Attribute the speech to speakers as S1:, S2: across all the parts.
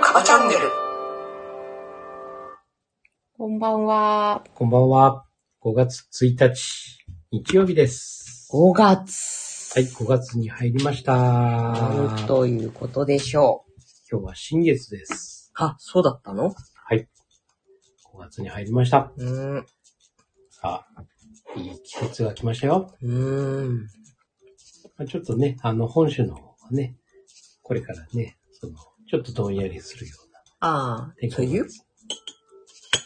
S1: カバチャンネル。
S2: こんばんは。
S3: こんばんは。5月1日、日曜日です。
S2: 5月。
S3: はい、5月に入りました。
S2: ある
S3: 今
S2: ということでしょう。
S3: 日は新月です。
S2: あ、そうだったの
S3: 5月に入りました。
S2: うーん。
S3: さあ、いい季節が来ましたよ。
S2: うーん。
S3: まあちょっとね、あの、本州の方はね、これからね、その、ちょっとどんやりするような
S2: ああ、
S3: 天気
S2: という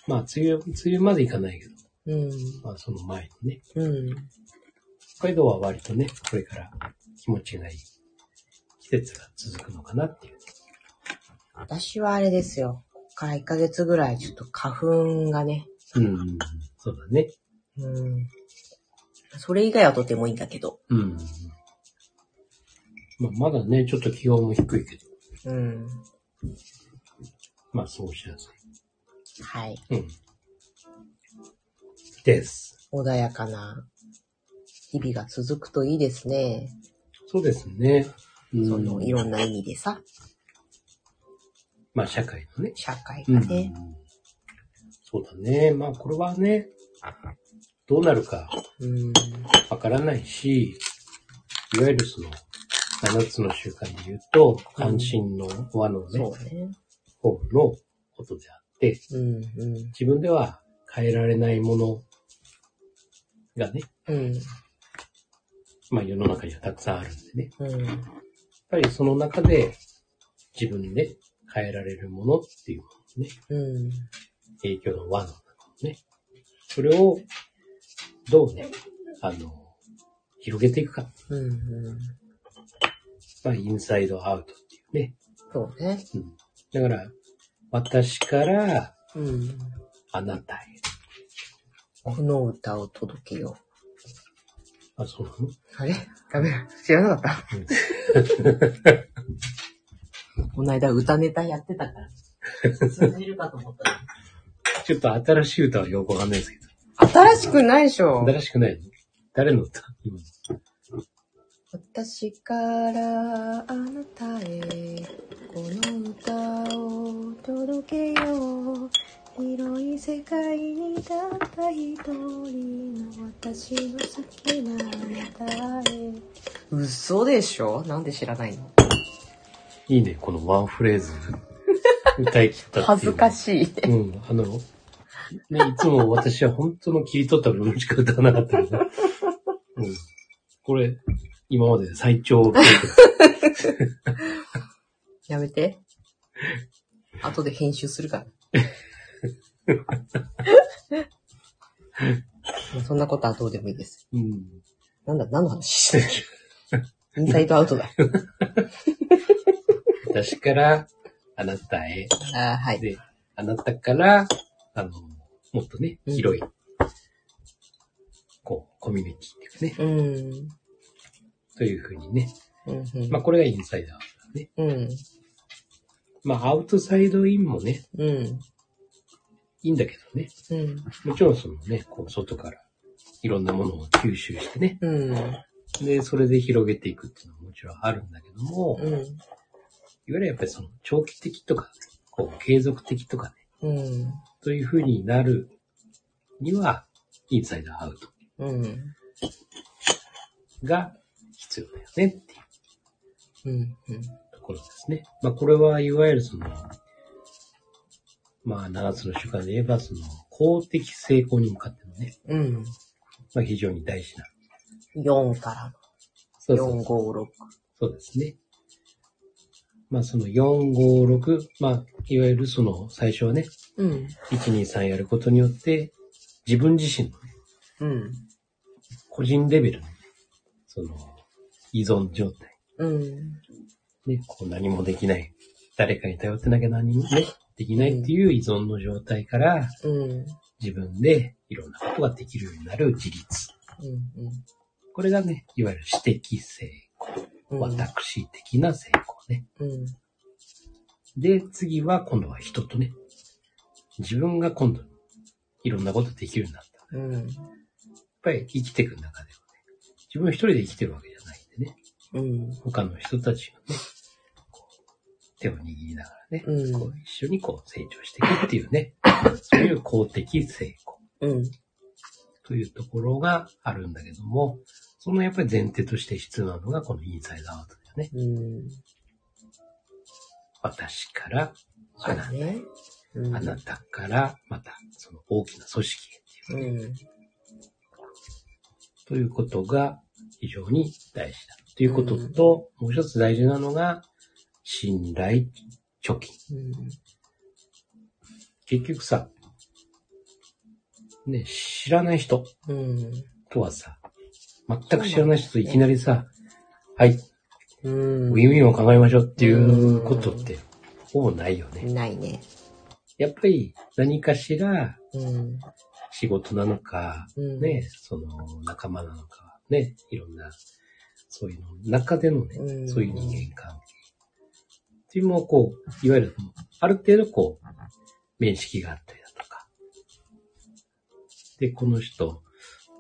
S3: まあ、梅雨、梅雨までいかないけど、
S2: うん。
S3: まあ、その前のね、
S2: うん。
S3: 北海道は割とね、これから気持ちがいい季節が続くのかなっていう。
S2: 私はあれですよ。こっから1ヶ月ぐらい、ちょっと花粉がね。
S3: うん、そうだね。
S2: うん。それ以外はとてもいいんだけど。
S3: うん。まあ、まだね、ちょっと気温も低いけど、
S2: うん。
S3: まあ、そうしなさ
S2: はい。
S3: い。うん。です。
S2: 穏やかな日々が続くといいですね。
S3: そうですね。うん、
S2: その、いろんな意味でさ、
S3: まあ、社会のね。
S2: 社会
S3: う
S2: が
S3: ん
S2: ね。。
S3: そうだね。まあ、これはね、どうなるか
S2: うん。
S3: わからないし、いわゆるその、7つの習慣で言うと、関心の和のね、
S2: そうね。
S3: 方のことであって、
S2: うん、うん。
S3: 自分では変えられないものがね、
S2: うん。
S3: まあ世の中にはたくさんあるんでね。やっ
S2: うん。
S3: ぱりその中で自分で変えられるものっていうものね、
S2: うん。
S3: 影響の輪の中のね、それをどうね、あの、広げていくか。
S2: うん。うん。
S3: まあインサイドアウトっていうね。
S2: そうね。
S3: うん、だから、私から
S2: うん。
S3: あなたへ。
S2: この歌を届けよう。
S3: あ、そうなの
S2: あれダメだ。知らなかった。この間歌ネタやってたから。通じるかと思った。
S3: ちょっと新しい歌はよくわかんないですけど。
S2: 新しくないでしょ
S3: 新しくないの誰の歌今の
S2: 私からあなたへこの歌を届けよう広い世界にたった一人の私の好きなあなたへ嘘でしょなんで知らないの
S3: いいね、このワンフレーズ。歌い切ったっていう。
S2: 恥ずかしい。
S3: い。うん、あの、ね、いつも私は本当の切り取った部分しか歌わなかったけど。うん。これ、今まで最長記録。
S2: やめて。後で編集する から。そんなことはどうでもいいです。
S3: うん。
S2: なんだ、何の話してるインサイドアウトだ。
S3: 私から、あなたへ。
S2: あーはい。
S3: で、あなたから、あの、もっとね、広い、こう、コミュニティっていうかね、
S2: うん。
S3: というふうにね。
S2: うん。
S3: まあ、これがインサイダーだね。
S2: うん。
S3: まあ、アウトサイドインもね、
S2: うん。
S3: いいんだけどね。
S2: うん。
S3: もちろんそのね、こう外からいろんなものを吸収してね、
S2: うん。
S3: で、それで広げていくっていうのももちろんあるんだけども、いわ
S2: うん。
S3: ゆるやっぱりその長期的とか、こう継続的とかね、
S2: うん。
S3: という風になるには、インサイドアウト
S2: うん。
S3: が必要だよねっていう
S2: うん。
S3: ところですね。まあこれはいわゆるその、まあ7つの習慣で言えばその公的成功に向かってのね、
S2: うん。
S3: まあ非常に大事な。
S2: 4か
S3: そ
S2: ら
S3: うそうそう
S2: の。4、5、6。
S3: そうですね。まあその4、5、6、まあいわゆるその最初はね、
S2: うん。
S3: 1、2、3やることによって、自分自身のね、
S2: うん。
S3: 個人レベルの、その依存状態、
S2: うん。
S3: ね、こう何もできない、誰かに頼ってなきゃ何もね、できないっていう依存の状態から、
S2: うん。
S3: 自分でいろんなことができるようになる自立。
S2: うん。
S3: これがね、いわゆる私的成
S2: うん。
S3: 功、私的な成功ね。
S2: うん。
S3: で、次は今度は人とね、自分が今度、いろんなことできるようになった。やっ
S2: うん。
S3: ぱり生きていく中ではね、自分一人で生きてるわけじゃないんでね、
S2: うん。
S3: 他の人たちがね、こう手を握りながらね、
S2: うん
S3: こう一緒にこう成長していくっていうね、そういう公的成功
S2: うん。
S3: というところがあるんだけども、そのやっぱり前提として必要なのがこのインサイドアウトだよね。
S2: うん。
S3: 私から
S2: そ
S3: あ
S2: う
S3: な
S2: だね。うん。
S3: あなたからまたその大きな組織へっていう
S2: うん。
S3: ということが非常に大事だ。ということと、もう一つ大事なのが、信頼、貯金。
S2: うん。
S3: 結局さ、ね、知らない人
S2: うん。
S3: とはさ、全く知らない人といきなりさ、はい、
S2: うん。
S3: ウィンウィンを考えましょうっていうことって、ほぼないよね。
S2: ないね。
S3: やっぱり何かしら
S2: うん。
S3: 仕事なのか、
S2: うん
S3: ね、その仲間なのか、ね、いろんな、そういうの中でのね、
S2: うん
S3: そういう人間関係。っていうのをこう、いわゆる、ある程度こう、面識があったりだとか。で、この人、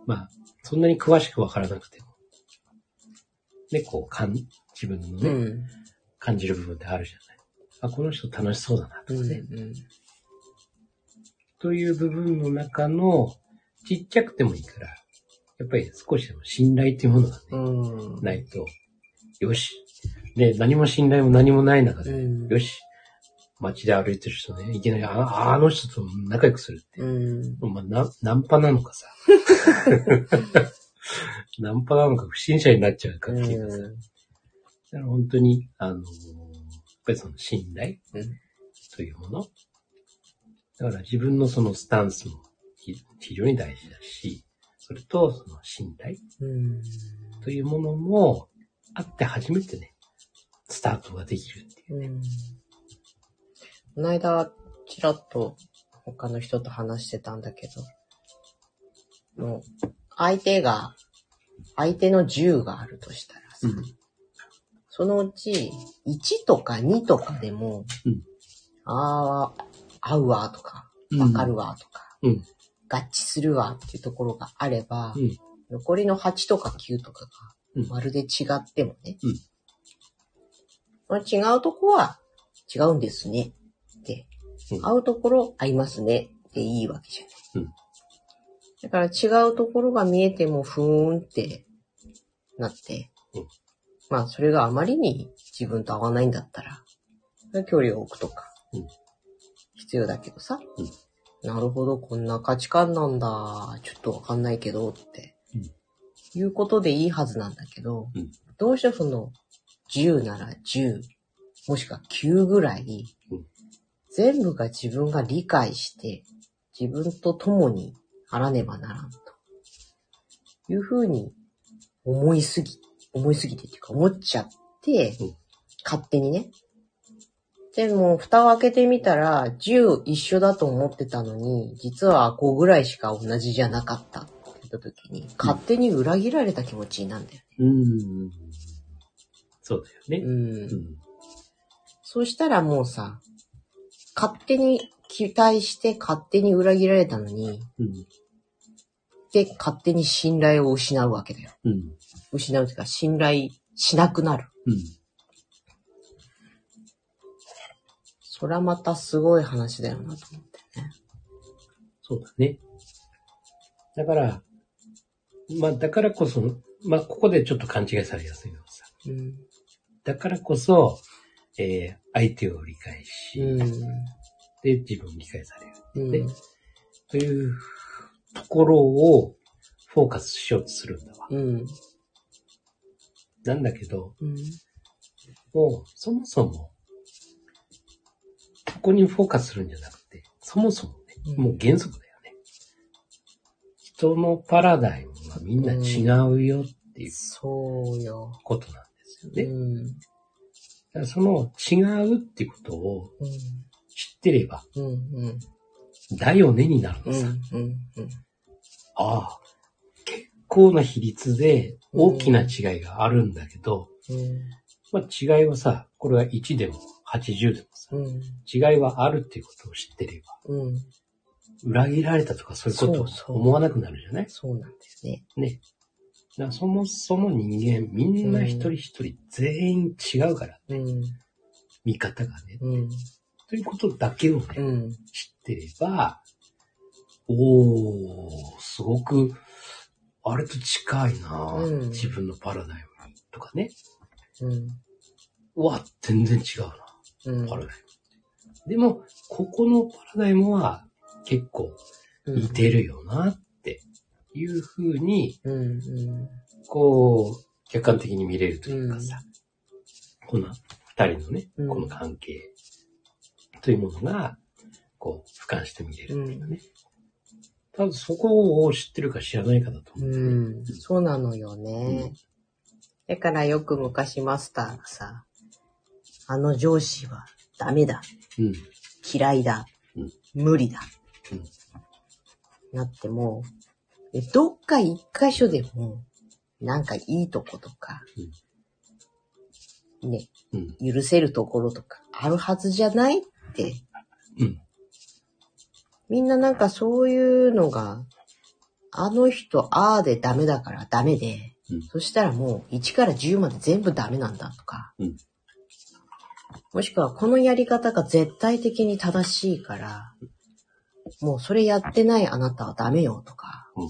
S3: まあ、そんなに詳しくわからなくても、ね、こう、かん、自分の
S2: う
S3: ね、
S2: ん。
S3: 感じる部分ってあるじゃない。あ、この人楽しそうだな、
S2: う
S3: とかね。
S2: ん。
S3: という部分の中の、ちっちゃくてもいいから、やっぱり少しでも信頼というものがね、
S2: うん。。
S3: ないいと、よし。で、何も信頼も何もない中で、
S2: うん
S3: よし。街で歩いてる人ね、いきなり、ああの人と仲良くするって。
S2: うん。
S3: まあ、なナンパなの かさ。ナンパなのか不審者になっちゃうかっていうかさ。だから本当に、あのーやっぱりその信頼
S2: うん
S3: というもの。だから自分のそのスタンスも非非常に大事だし、それとその信頼
S2: うん。
S3: というものもあって初めてね、スタートができるっていう。
S2: うん。この間、ちらっと他の人と話してたんだけど、もう、相手が、相手の10があるとしたらさ、そのうち1とか2とかでも、
S3: うん
S2: ああ、合うわとか、
S3: うん
S2: わかるわとか、
S3: うん
S2: 合致するわっていうところがあれば、
S3: うん
S2: 残りの8とか9とか
S3: うん
S2: がまるで違ってもね、
S3: うん
S2: まあ違うとこは違うんですねって、
S3: うん
S2: 合うところ合いますねっていいわけじゃない。
S3: うん
S2: だから違うところが見えてもふーんってなって、
S3: うん
S2: まあそれがあまりに自分と合わないんだったら、それは距離を置くとか
S3: うん、
S2: 必要だけどさ、
S3: うん
S2: なるほど、こんな価値観なんだ。ちょっとわかんないけど、って、いうことでいいはずなんだけど、
S3: うん
S2: どうしてその、10なら10、もしくは9ぐらい、
S3: うん
S2: 全部が自分が理解して、自分と共にあらねばならんと。いうふうに、思いすぎ、思いすぎてっていうか、思っちゃって、
S3: うん
S2: 勝手にね。でも、蓋を開けてみたら、10一緒だと思ってたのに、実は5ぐらいしか同じじゃなかったって言った時に、勝手に裏切られた気持ちになるんだよね。
S3: うん。そうだよね。
S2: うん
S3: う。ん。
S2: そうしたらもうさ、勝手に期待して勝手に裏切られたのに、
S3: うん。
S2: で、勝手に信頼を失うわけだよ。
S3: うん。
S2: 失うというか、信頼しなくなる。
S3: うん。
S2: そらまたすごい話だよなと思ってね。
S3: そうだね。だから、まあ、だからこそ、まあ、ここでちょっと勘違いされやすいのはさ、
S2: うん。
S3: だからこそ、えー相手を理解し、で、自分を理解される。
S2: うん。
S3: ねというところをフォーカスしようとするんだわ。
S2: うん。
S3: なんだけど、
S2: うん。
S3: もう、そもそも、ここにフォーカスするんじゃなくて、そもそもね、
S2: うん
S3: もう原則だよね。人のパラダイムはみんな違うよっていう
S2: そうよ。
S3: ことなんですよ
S2: う
S3: ね。だ
S2: ん。
S3: からその違うってことを
S2: うん。
S3: 知ってれば、
S2: うん。うん。
S3: だよねになる
S2: う
S3: のさ。
S2: ん。うん。うん。
S3: ああ、結構な比率で大きな違いがあるんだけど、まあ、違いはさ、これは1でも80でもさ、
S2: うん。
S3: 違いはあるっていうことを知ってれば、
S2: うん。
S3: 裏切られたとかそういうことを
S2: そうそう
S3: 思わなくなるじゃない
S2: そうなんですね。
S3: ね。だからそもそも人間、みんな一人一人全員違うから、
S2: うん。
S3: 見方がね。
S2: うん。
S3: ということだけをね、
S2: うん。
S3: 知ってれば、おー、すごく、あれと近いな、
S2: うん
S3: 自分のパラダイムにとかね。
S2: うん。
S3: うわ、全然違うな、
S2: うん。
S3: パラダイム。でも、ここのパラダイムは結構
S2: うん
S3: 似てるよなっていうふうに、
S2: うん。うん。
S3: こう、客観的に見れるというかさ、この二人のね、
S2: うん
S3: この関係というものが、こう、俯瞰して見れるっていうかね。多分そこを知ってるか知らないかだと思う。
S2: うん、そうなのよね。だからよく昔マスターがさ、あの上司はダメだ、
S3: うん。
S2: 嫌いだ
S3: うん、
S2: 無理だ
S3: うん、
S2: なっても、えどっか一箇所でも、なんかいいとことか、ね、
S3: うん。
S2: 許せるところとかあるはずじゃないって、
S3: うん。
S2: みんななんかそういうのが、あの人、ああでダメだからダメで、
S3: うん
S2: そしたらもう1から10まで全部ダメなんだとか、
S3: うん
S2: もしくはこのやり方が絶対的に正しいから、もうそれやってないあなたはダメよとか、
S3: うん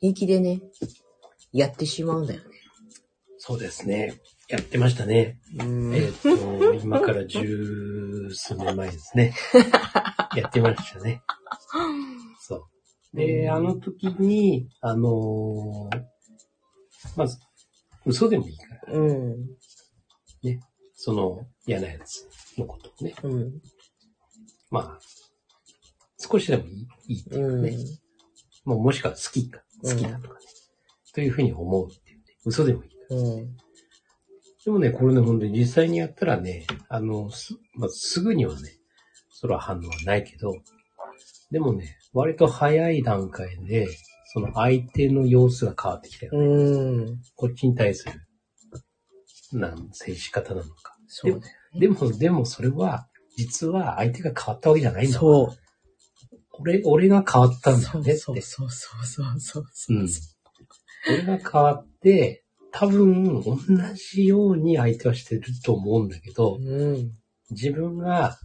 S2: 平気でね、やってしまうんだよね。
S3: そうですね。やってましたね。
S2: うん
S3: え っ、と、今から十数年前ですね。やってましたね。そう。
S2: う
S3: で、
S2: ん
S3: あの時に、あのーまず、嘘でもいいから、
S2: うん。
S3: その嫌なやつのことをね、
S2: うん。
S3: まあ、少しでもいいいいっていう
S2: う
S3: か
S2: ん。
S3: ね、もうもしくは好きか、好きだとかね、というふうに思うっていうね、嘘でもいいから。
S2: うん。
S3: でもね、これね、本当に実際にやったらね、あの、す、まあ、すぐにはね、それは反応はないけど、でもね、割と早い段階で、その相手の様子が変わってきたよ。
S2: うん。
S3: こっちに対する、なん、接し方なのか。
S2: そうだよね。
S3: でも、でもそれは、実は相手が変わったわけじゃないんだ。
S2: そう。
S3: 俺、俺が変わったんだよねって。
S2: そうそうそうそうそうそうう。
S3: ん。俺が変わって、多分、同じように相手はしてると思うんだけど、
S2: うん。
S3: 自分が、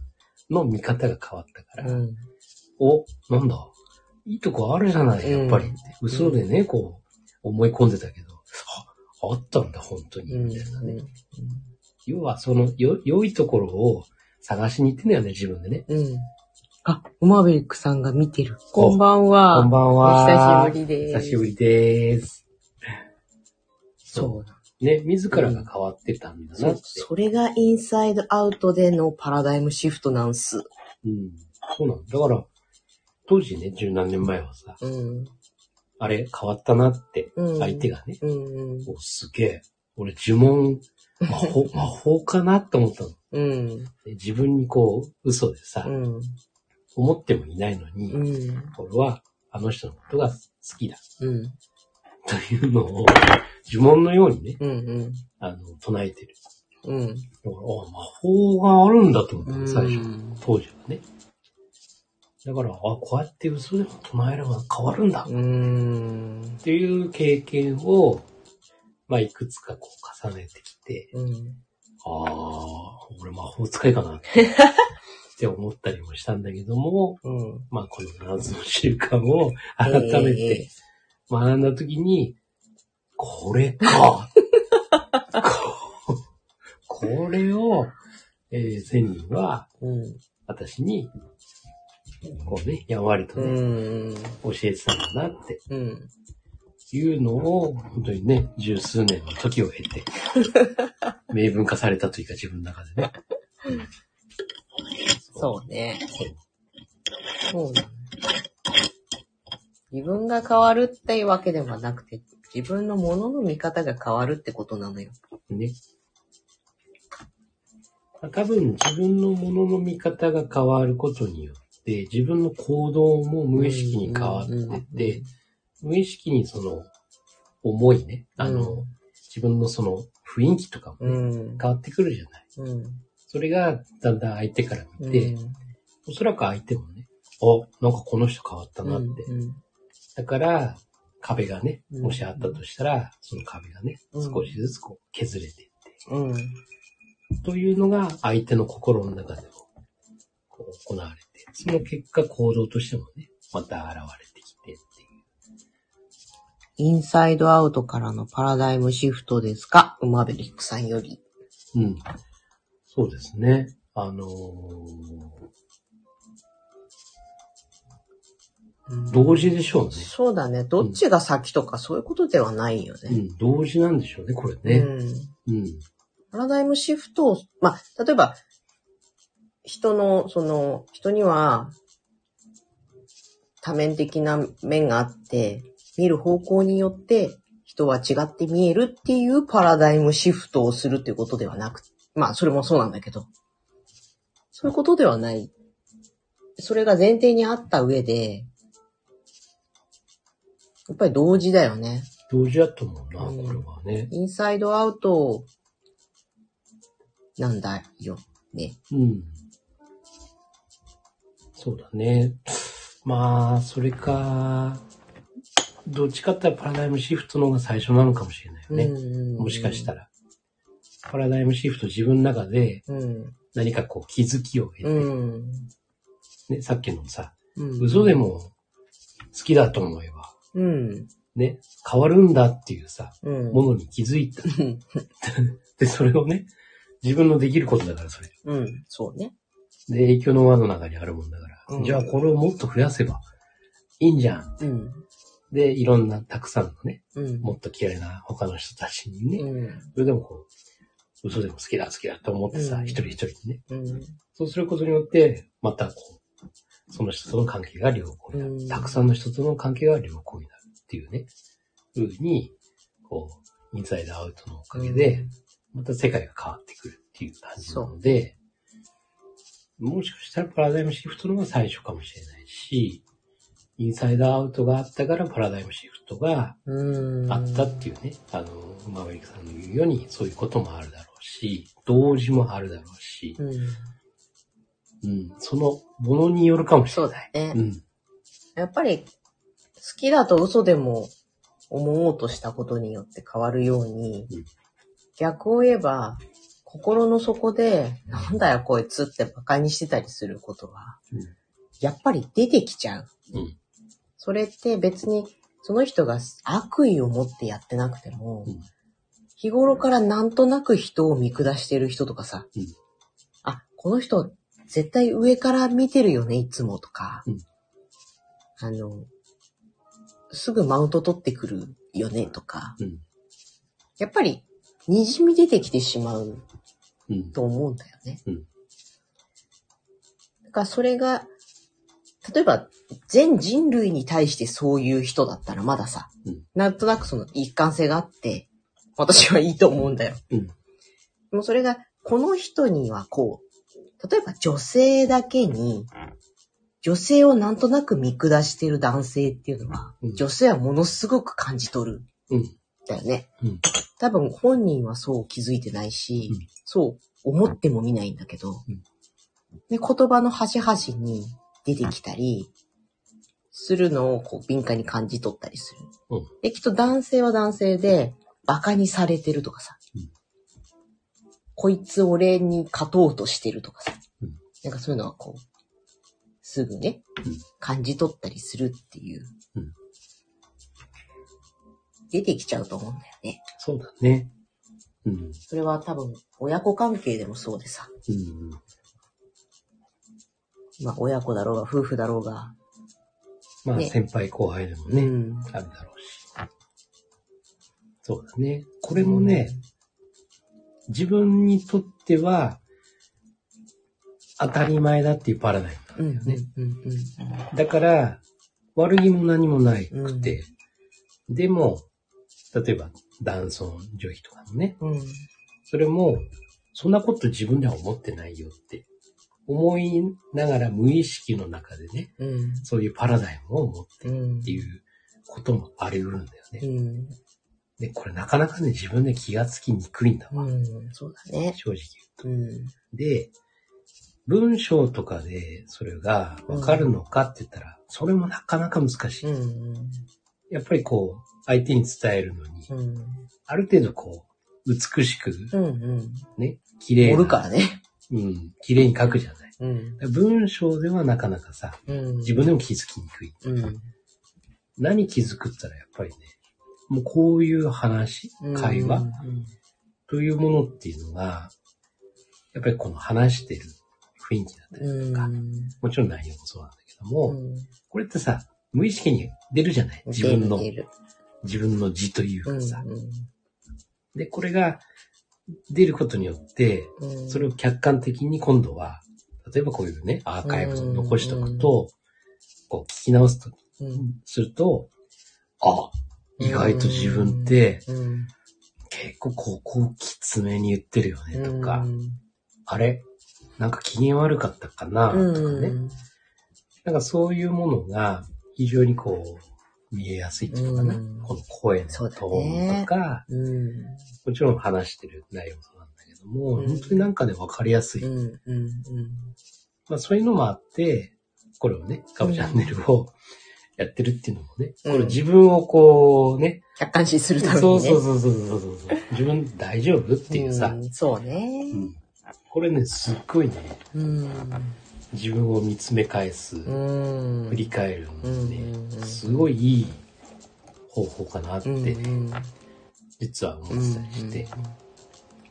S3: の見方が変わったから、
S2: うん。
S3: お、なんだ、いいとこあるじゃない、やっぱりって。嘘でね、こう、思い込んでたけど、あ、あったんだ、本当に、
S2: うん
S3: みたいなね。要は、その、よ、良いところを探しに行ってんだよね、自分でね。
S2: うん。あ、ウマベリックさんが見てる。
S3: お
S2: こんばんは。
S3: こんばん
S2: お
S3: は。
S2: 久しぶりです。
S3: 久しぶりです。
S2: そうな
S3: ね、自らが変わってたんだな
S2: の。
S3: って
S2: そ。それがインサイドアウトでのパラダイムシフトなんす。
S3: うん。そうなんだ。だから、当時ね、十何年前はさ、
S2: うん。
S3: あれ変わったなって、
S2: うん
S3: 相手がね、
S2: うん。
S3: おすげえ、俺呪文、魔 法、魔法かなって思ったの。
S2: うん。
S3: で自分にこう、嘘でさ、
S2: うん。
S3: 思ってもいないのに、
S2: うん。
S3: 俺はあの人のことが好きだ。
S2: うん。
S3: というのを、呪文のようにね、
S2: うん。うん。
S3: あの、唱えてる。
S2: うん。
S3: だから、あ魔法があるんだと思ったの、最初。
S2: うん
S3: 当時はね。だから、あ、こうやって嘘でも唱えれば変わるんだ。
S2: うん。
S3: っていう経験を、まあ、いくつかこう重ねてきて、
S2: うん。
S3: ああ、俺魔法使いか なってって思ったりもしたんだけども、
S2: うん。
S3: まあ、この謎の習慣を改めて学んだときに、これかここれを、えー、仙人は
S2: うん。
S3: 私に、こうね、やんわりと
S2: う
S3: ね、
S2: ん。
S3: 教えてたんだなって
S2: うん。
S3: いうのを、本当にね、十数年の時を経て、明文化されたというか自分の中でね。
S2: そうね。
S3: そ
S2: そ
S3: う。
S2: うなの自分が変わるっていうわけではなくて、自分のものの見方が変わるってことなのよ。
S3: ね。まあ多分自分のものの見方が変わることによって、自分の行動も無意識に変わって
S2: うんうんうん
S3: て、無意識にその、思いね、あの、
S2: うん
S3: 自分のその雰囲気とかも
S2: うん。
S3: 変わってくるじゃない。
S2: うん。
S3: それがだんだん相手から見て、おそらく相手もね、お、なんかこの人変わったなって。
S2: うん
S3: だから、壁がね、
S2: うん
S3: もしあったとしたら、その壁がね、
S2: うん
S3: 少しずつこう削れていって、
S2: うん。
S3: というのが相手の心の中でも、こう行われて、その結果行動としてもね、また現れてきてっていう。
S2: インサイドアウトからのパラダイムシフトですかマーベリックさんより。
S3: うん。そうですね。あのー
S2: うん
S3: 同時でしょうね。
S2: そうだね。どっちが先とかそういうことではないよ
S3: う
S2: ね。
S3: ん、同時なんでしょうね、これね。
S2: うん
S3: うん。
S2: パラダイムシフトを、まあ、例えば、人の、その、人には、多面的な面があって、見る方向によって、人は違って見えるっていうパラダイムシフトをするっていうことではなく、まあ、それもそうなんだけど、そういうことではない。それが前提にあった上で、やっぱり同時だよね。
S3: 同時だと思うな、
S2: うん
S3: これはね。
S2: インサイドアウトなんだよね。
S3: うん。そうだね。まあ、それか、どっちかって言ったらパラダイムシフトの方が最初なのかもしれないよね。もしかした
S2: ら。
S3: ら。パラダイムシフト自分の中で
S2: うん。
S3: 何かこう気づきを得て、
S2: うん。
S3: ね、さっきのさ、
S2: うん
S3: 嘘で。も好きだと思えば、
S2: うん。
S3: ね、変わるんだっていうさ、
S2: うん。
S3: ものに気づいた。 で、それをね、自分のできることだから、それ。
S2: うん。そうね。
S3: で、影響の輪の中にあるもんだから、
S2: うん
S3: じゃあこれをもっと増やせばいいんじゃん。
S2: うん。
S3: で、いろんなたくさんのね、
S2: うん。
S3: もっと嫌いな他の人たちにね、
S2: うん。
S3: それでもこう、嘘でも好きだ好きだと思ってさ、
S2: うん
S3: 一人一人にね、
S2: うん。
S3: そうすることによって、またこう、その人との関係が良好になる。
S2: うん
S3: たくさんの人との関係が良好になるっていうね、ふうに、こう、インサイドアウトのおかげで、また世界が変わってくるっていう感じなので、もしかしたらパラダイムシフトの方が最初かもしれないし、インサイドアウトがあったからパラダイムシフトが
S2: うん。
S3: あったっていうね、あの、マーベリックさんの言うようにそういうこともあるだろうし、同時もあるだろうし、
S2: うん。
S3: うん、そのものによるかもし
S2: そ
S3: れ
S2: う
S3: な
S2: だ
S3: い。
S2: ね。
S3: うん、
S2: やっぱり、好きだと嘘でも思おうとしたことによって変わるように
S3: うん、
S2: 逆を言えば、心の底で、なんだよこいつって馬鹿にしてたりすることは
S3: うん、
S2: やっぱり出てきちゃう。
S3: うん
S2: それって別に、その人が悪意を持ってやってなくても、
S3: うん
S2: 日頃からなんとなく人を見下してる人とかさ、
S3: うん
S2: あ、この人絶対上から見てるよね、いつもとか、
S3: うん
S2: あの、すぐマウント取ってくるよね、とか、
S3: うん、
S2: やっぱり、滲み出てきてしまう
S3: うん、
S2: と思うんだよね。
S3: うん
S2: だからそれが、例えば全人類に対してそういう人だったらまださ、
S3: うん
S2: なんとなくその一貫性があって、私はいいと思うんだよ。
S3: うん
S2: でもそれが、この人にはこう、例えば女性だけに、女性をなんとなく見下してる男性っていうのは、
S3: うん
S2: 女性はものすごく感じ取る。
S3: うん
S2: だよね。
S3: うん
S2: 多分本人はそう気づいてないし、
S3: うん
S2: そう思っても見ないんだけど、
S3: うん
S2: で、言葉の端々に出てきたり、するのをこう敏感に感じ取ったりする。
S3: うん
S2: で、きっと男性は男性で、馬鹿にされてるとかさ、
S3: うん
S2: こいつ俺に勝とうとしてるとかさ、
S3: うん
S2: なんかそういうのはこう、すぐね、
S3: うん
S2: 感じ取ったりするっていう、
S3: うん
S2: 出てきちゃうと思うんだよね。
S3: そうだね。うん、
S2: それは多分、親子関係でもそうでさ、
S3: うん、
S2: まあ親子だろうが、夫婦だろうが、
S3: まあ、
S2: ね
S3: 先輩後輩でもね、
S2: うん
S3: あるだろうし。そうだね。これもね、自分にとっては、当たり前だっていうパラダイ
S2: うん、うん、
S3: ね
S2: うん、
S3: ム。だから、悪気も何もないくて、でも、例えば、男尊女卑とかもね、
S2: うん、
S3: それも、そんなこと自分では思ってないよって、思いながら無意識の中でね、
S2: うん、
S3: そういうパラダイムを持って
S2: うん、
S3: っていうこともあり得るんだよね。
S2: うん、
S3: で、これなかなかね、自分で気がつきにくいんだわ。
S2: うん、そうだね。
S3: 正直言うと。
S2: うん、
S3: で、文章とかでそれがわかるのかって言ったら、それもなかなか難しい。
S2: うん。
S3: やっぱりこう、相手に伝えるのに
S2: う、ん。
S3: ある程度こう、美しく、
S2: うん。うん。
S3: ね、綺麗
S2: お
S3: な
S2: るからね。
S3: うん、綺麗に書くじゃない。
S2: うん。
S3: 文章ではなかなかさ、
S2: うん。
S3: 自分でも気づきにくい。
S2: うん。
S3: 何気づくって言ったらやっぱりね、もうこういう話、会話
S2: うん。
S3: というものっていうのが、やっぱりこの話してる雰囲気だったり、
S2: うん。
S3: もちろん内容もそうなんだけど
S2: う
S3: も、
S2: ん。
S3: これってさ、無意識に出るじゃない自分の、自分の字という
S2: う
S3: か
S2: ん。
S3: さ。で、これが出ることによって、
S2: うん。
S3: それを客観的に今度は、例えばこういうね、アーカイブを残しとくと、こう聞き直すと、
S2: うん。
S3: すると、あ、意外と自分って
S2: うん。
S3: 結構ここきつめに言ってるよねとか、
S2: うん。
S3: あれなんか機嫌悪かったかなとかね、
S2: うん。
S3: なんかそういうものが非常にこう見えやすいっていうのかな。
S2: うん
S3: この声のト
S2: そうだね
S3: ーンとか、
S2: うん。
S3: もちろん話してる内容もそうなんだけども、
S2: うん
S3: 本当になんかね、わかりやすい。
S2: うん。うん。
S3: まあそういうのもあって、これをね、カブチャンネルをやってるっていうのもね、
S2: うん
S3: これ自分をこうね、
S2: 客観視するためにね。
S3: そうそうそうそうそうそう、自分大丈夫っていうさ、
S2: んそうね。
S3: うんこれね、すっごいね、
S2: うん。
S3: 自分を見つめ返す、
S2: うん。
S3: 振り返るのにね、
S2: うんうん
S3: すごいいい方法かなって、
S2: うんうん
S3: 実は思ってたりして、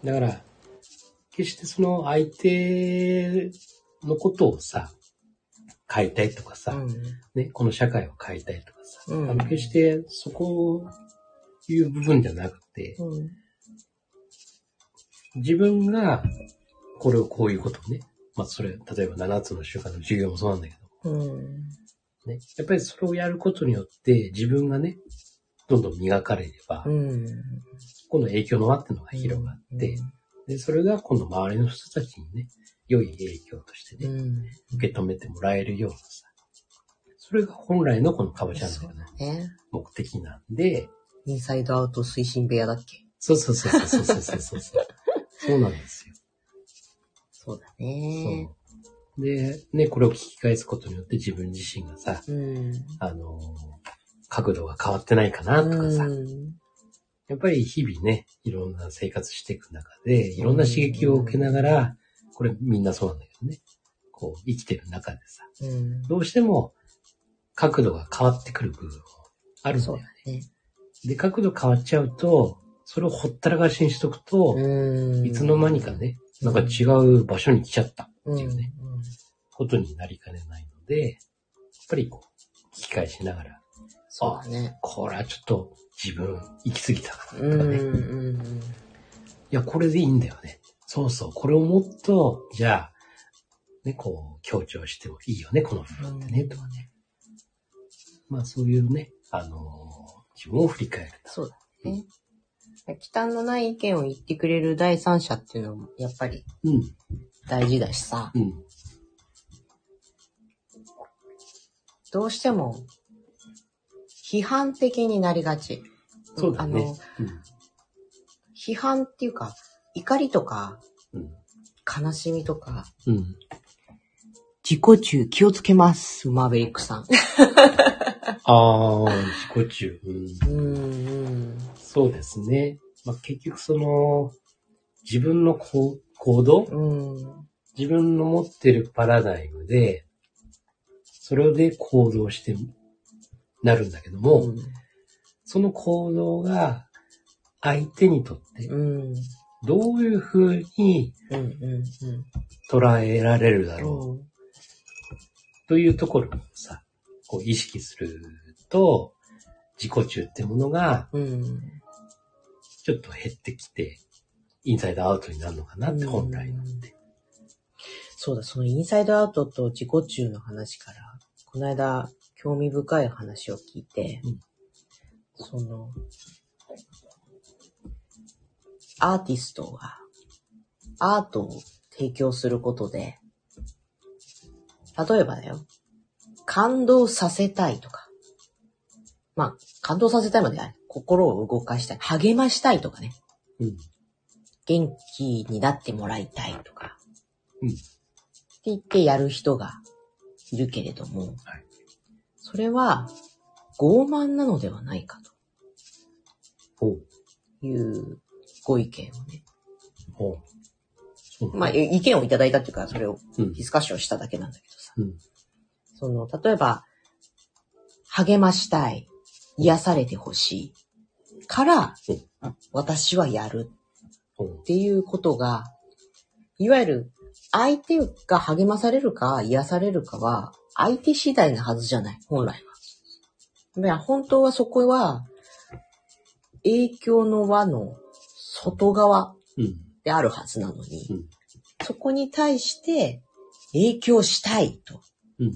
S3: だから、決してその相手のことをさ、変えたいとかさ、ね、この社会を変えたいとかさ、
S2: うん
S3: あの決してそこいう部分じゃなくて、
S2: うんうん
S3: 自分がこれをこういうことをね、まあそれ、例えば7つの習慣の授業もそうなんだけ
S2: うん
S3: ど、ね、やっぱりそれをやることによって自分がね、どんどん磨かれれば、
S2: うん
S3: 今度影響の輪っていうのが広がって、で、それが今度周りの人たちにね、良い影響として
S2: う
S3: ね、
S2: ん
S3: 受け止めてもらえるようなさ、それが本来のこのカボチャンネルの
S2: え
S3: 目的なんで、
S2: インサイドアウト推進部屋だっけ
S3: そうそうそうそうそうそうそうそう。そうなんですよ。
S2: そうだね。
S3: そう。で、ね、これを聞き返すことによって自分自身がさ、
S2: うん。
S3: あのー角度が変わってないかなとかさ、
S2: うん
S3: やっぱり日々ね、いろんな生活していく中で、いろんな刺激を受けながら、これみんなそうなんだけどね、こう生きてる中でさ、
S2: うん
S3: どうしても角度が変わってくる部分もあるんだ
S2: そ
S3: よ
S2: うだね。
S3: で、角度変わっちゃうと、それをほったらかしにしとくと、
S2: うん
S3: いつの間にかね、なんか違う場所に来ちゃったっていうね、
S2: うん
S3: ことになりかねないので、やっぱりこう、聞き返しながら、
S2: そうだね。
S3: これはちょっと自分行き過ぎたか
S2: う
S3: なと
S2: ん
S3: か
S2: う
S3: ね、い
S2: ん
S3: や、これでいいんだよね。そうそう、これをもっと、じゃあ、ね、こう、強調してもいいよね、この部分ってね、とかね。まあ、そういうね、あのー自分を振り返る。
S2: そうだね。忌憚のない意見を言ってくれる第三者っていうのもやっぱり
S3: うん、
S2: 大事だしさ、
S3: うん。
S2: どうしても批判的になりがち。
S3: そうだ
S2: あ
S3: ね
S2: の。批判っていうか、怒りとか、
S3: うん。うん
S2: 悲しみとか、
S3: うん。
S2: 自己中気をつけます、マーベリックさん。
S3: ああ、自己中。うん
S2: うんうん。
S3: そうですね。まあ、結局その、自分のこう行動、
S2: うん。
S3: 自分の持ってるパラダイムで、それで行動してなるんだけども、その行動が相手にとって
S2: うん。うん。
S3: どういう風に
S2: うん。うん。
S3: 捉えられるだろ
S2: うん。
S3: うというところをさ、こう意識すると、自己中ってものが
S2: うん。
S3: ちょっと減ってきて、インサイドアウトになるのかなって、
S2: うん
S3: 本来のって。
S2: そうだ、そのインサイドアウトと自己中の話から、この間、興味深い話を聞いて、
S3: うん
S2: その、アーティストが、アートを提供することで、例えばだよ、感動させたいとか、まあ、感動させたいまではない心を動かしたい、励ましたいとかね、
S3: うん。
S2: 元気になってもらいたいとか、
S3: うん
S2: 言ってやる人がいるけれども、
S3: はい
S2: それは傲慢なのではないか
S3: ほう。
S2: というご意見をね。
S3: ほう。そう
S2: まあ、
S3: なんだ
S2: え意見をいただいたっていうか、それを
S3: うん
S2: ディスカッションしただけなんだけどさ。
S3: うん
S2: その、例えば、励ましたい、癒されてほしいから
S3: うん、
S2: 私はやる
S3: ほう
S2: っていうことが、いわゆる相手が励まされるか癒されるかは相手次第なはずじゃない、本来は。いや本当はそこは影響の輪の外側
S3: うん。
S2: であるはずなのに、
S3: うん
S2: そこに対して影響したいと
S3: うん。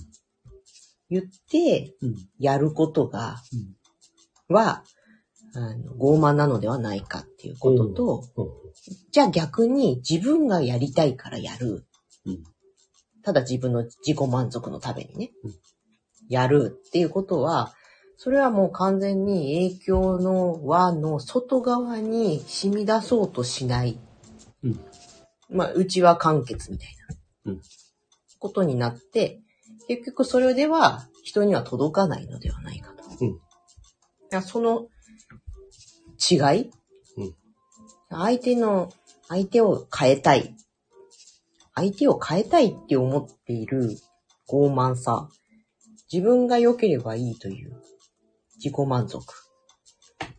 S2: 言って
S3: うん。
S2: やることが、は、あの傲慢なのではないかっていうことと、
S3: ほう。
S2: じゃあ逆に自分がやりたいからやる。
S3: うん。
S2: ただ自分の自己満足のためにね
S3: うん。
S2: やるっていうことは、それはもう完全に影響の輪の外側に染み出そうとしない。
S3: うん
S2: まあ、内輪完結みたいな。
S3: うん
S2: ことになって、結局それでは人には届かないのではないかと。
S3: うん
S2: だからその違い、
S3: うん
S2: 相手の、相手を変えたい相手を変えたいって思っている傲慢さ、自分が良ければいいという自己満足。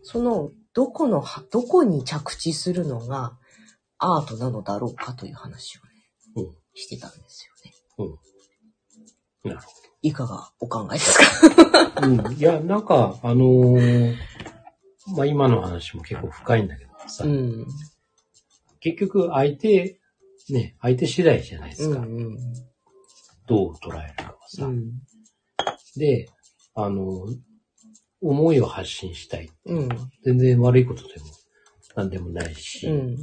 S2: その、どこのは、どこに着地するのがアートなのだろうかという話をね、
S3: うん
S2: してたんですよね。
S3: なるほど。
S2: いかがお考えですか
S3: うん、いや、なんか、あのーまあ、今の話も結構深いんだけどさ、
S2: うん。
S3: 結局相手、ね、相手次第じゃないで
S2: う
S3: す
S2: ん
S3: か。
S2: うん。
S3: どう捉えるかは
S2: う
S3: さ、
S2: ん。
S3: で、あのー思いを発信したい。
S2: うん。
S3: 全然悪いことでも、なんでもないし、
S2: うん。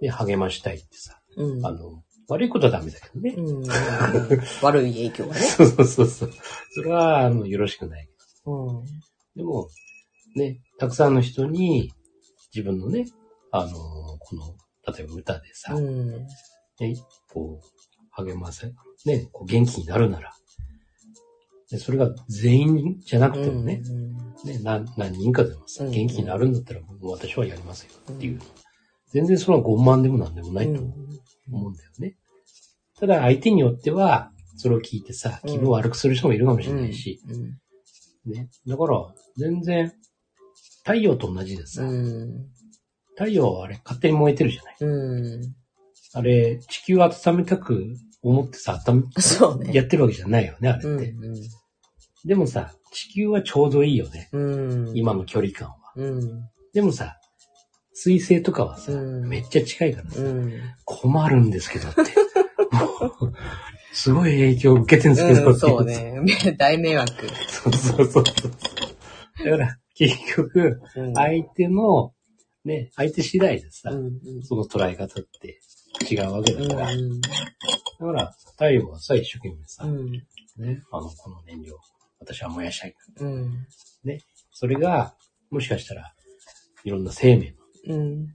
S3: で、励ましたいってさ、
S2: うん
S3: あ。の、悪いことはダメだけどね。
S2: うん、悪い影響がね。
S3: そうそうそうそう。それは、あの、よろしくない。
S2: うん。
S3: でも、ね、たくさんの人に自分のね、あのーこの、例えば歌でさ、
S2: うん。
S3: ね、こう、励ませ、ね、こう元気になるなら、でそれが全員じゃなくてもね、
S2: うん
S3: ねな何人かでもさ、
S2: うん
S3: 元気になるんだったら、もう私はやりますよっていう。全然それは傲慢でも何でもな
S2: う
S3: いと
S2: ん。
S3: 思うんだよね。ただ相手によっては、それを聞いてさ、気分を悪くする人もいるかもしれないし、
S2: うん。
S3: ね。だから、全然、太陽と同じでさ、
S2: うん。
S3: 太陽はあれ勝手に燃えてるじゃない。
S2: うん。
S3: あれ、地球を温めたく思ってさ、温
S2: そう
S3: め、
S2: ね。
S3: やってるわけじゃないよね、あれって。
S2: うん
S3: でもさ、地球はちょうどいいよね。
S2: うん。うん。
S3: 今の距離感は。
S2: うん。
S3: でもさ、水星とかはさ、
S2: うん
S3: めっちゃ近いからさ、
S2: うん。
S3: 困るんですけどって。 もうすごい影響を受けてるんですけど
S2: う
S3: って、
S2: ん、そう。ね。大迷惑。
S3: そうそうそうそう。だから、結局、
S2: うん
S3: 相手の、ね、相手次第でさ、
S2: うんうん
S3: その捉え方って違うわけ
S2: う
S3: だ
S2: ん
S3: から、だから、太陽はさ、一生懸命さ、
S2: うん
S3: ね、あの、この燃料、私は燃やしたい。
S2: うん
S3: それが、もしかしたら、いろんな生命
S2: う
S3: の
S2: ん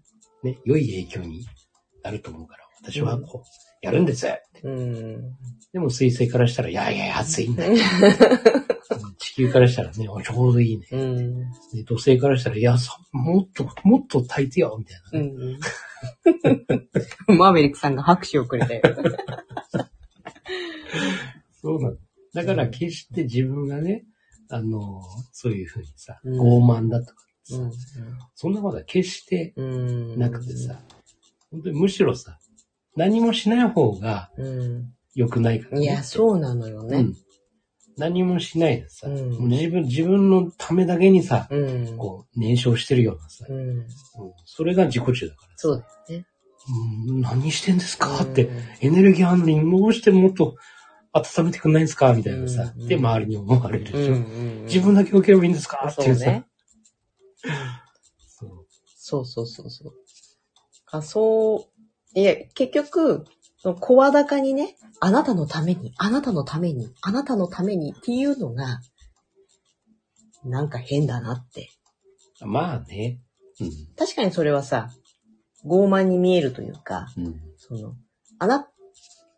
S3: ね、良い影響になると思うから、私はこう、やるんですって
S2: うん
S3: でも、水星からしたら、いやいや、暑 いんだよ。地球からしたらね、おちょうどいいね。
S2: うん
S3: で土星からしたら、いや、さもっと、もっと炊いてよ、みたいな
S2: う
S3: ね。
S2: んマーベリックさんが拍手をくれて。
S3: そうなの。だから、決して自分がね、あの、そういうふうにさ、
S2: うん
S3: 傲慢だとかさ、
S2: うん
S3: そんなことは決して
S2: うん
S3: なくてさ、本当にむしろさ、何もしない方が
S2: うん。
S3: 良くないから、
S2: いや、そうなのよ
S3: う
S2: ね。
S3: ん。何もしないでさ、
S2: うん
S3: もう自分、自分のためだけにさ、
S2: うん。
S3: こう、燃焼してるようなさ、
S2: うん。
S3: うんそれが自己中だからさ、
S2: そうだよね。
S3: うん、何してんですかっ
S2: う
S3: て、
S2: ん
S3: エネルギーあんのにどうしてもっと温めてくんないんですかみたいなさ、
S2: うん
S3: で、周りに思われるでしょ。
S2: うんうんうん
S3: 自分だけ受ければいいんですかって
S2: そ
S3: いううさ、
S2: ね。
S3: そう
S2: そうそうそうそう。あ、そう、いや、結局、その声高にね、あなたのために、あなたのために、あなたのためにっていうのが、なんか変だなって。
S3: まあね。う
S2: 確かにそれはさ、傲慢に見えるというか、
S3: ん。うん。
S2: その、あな、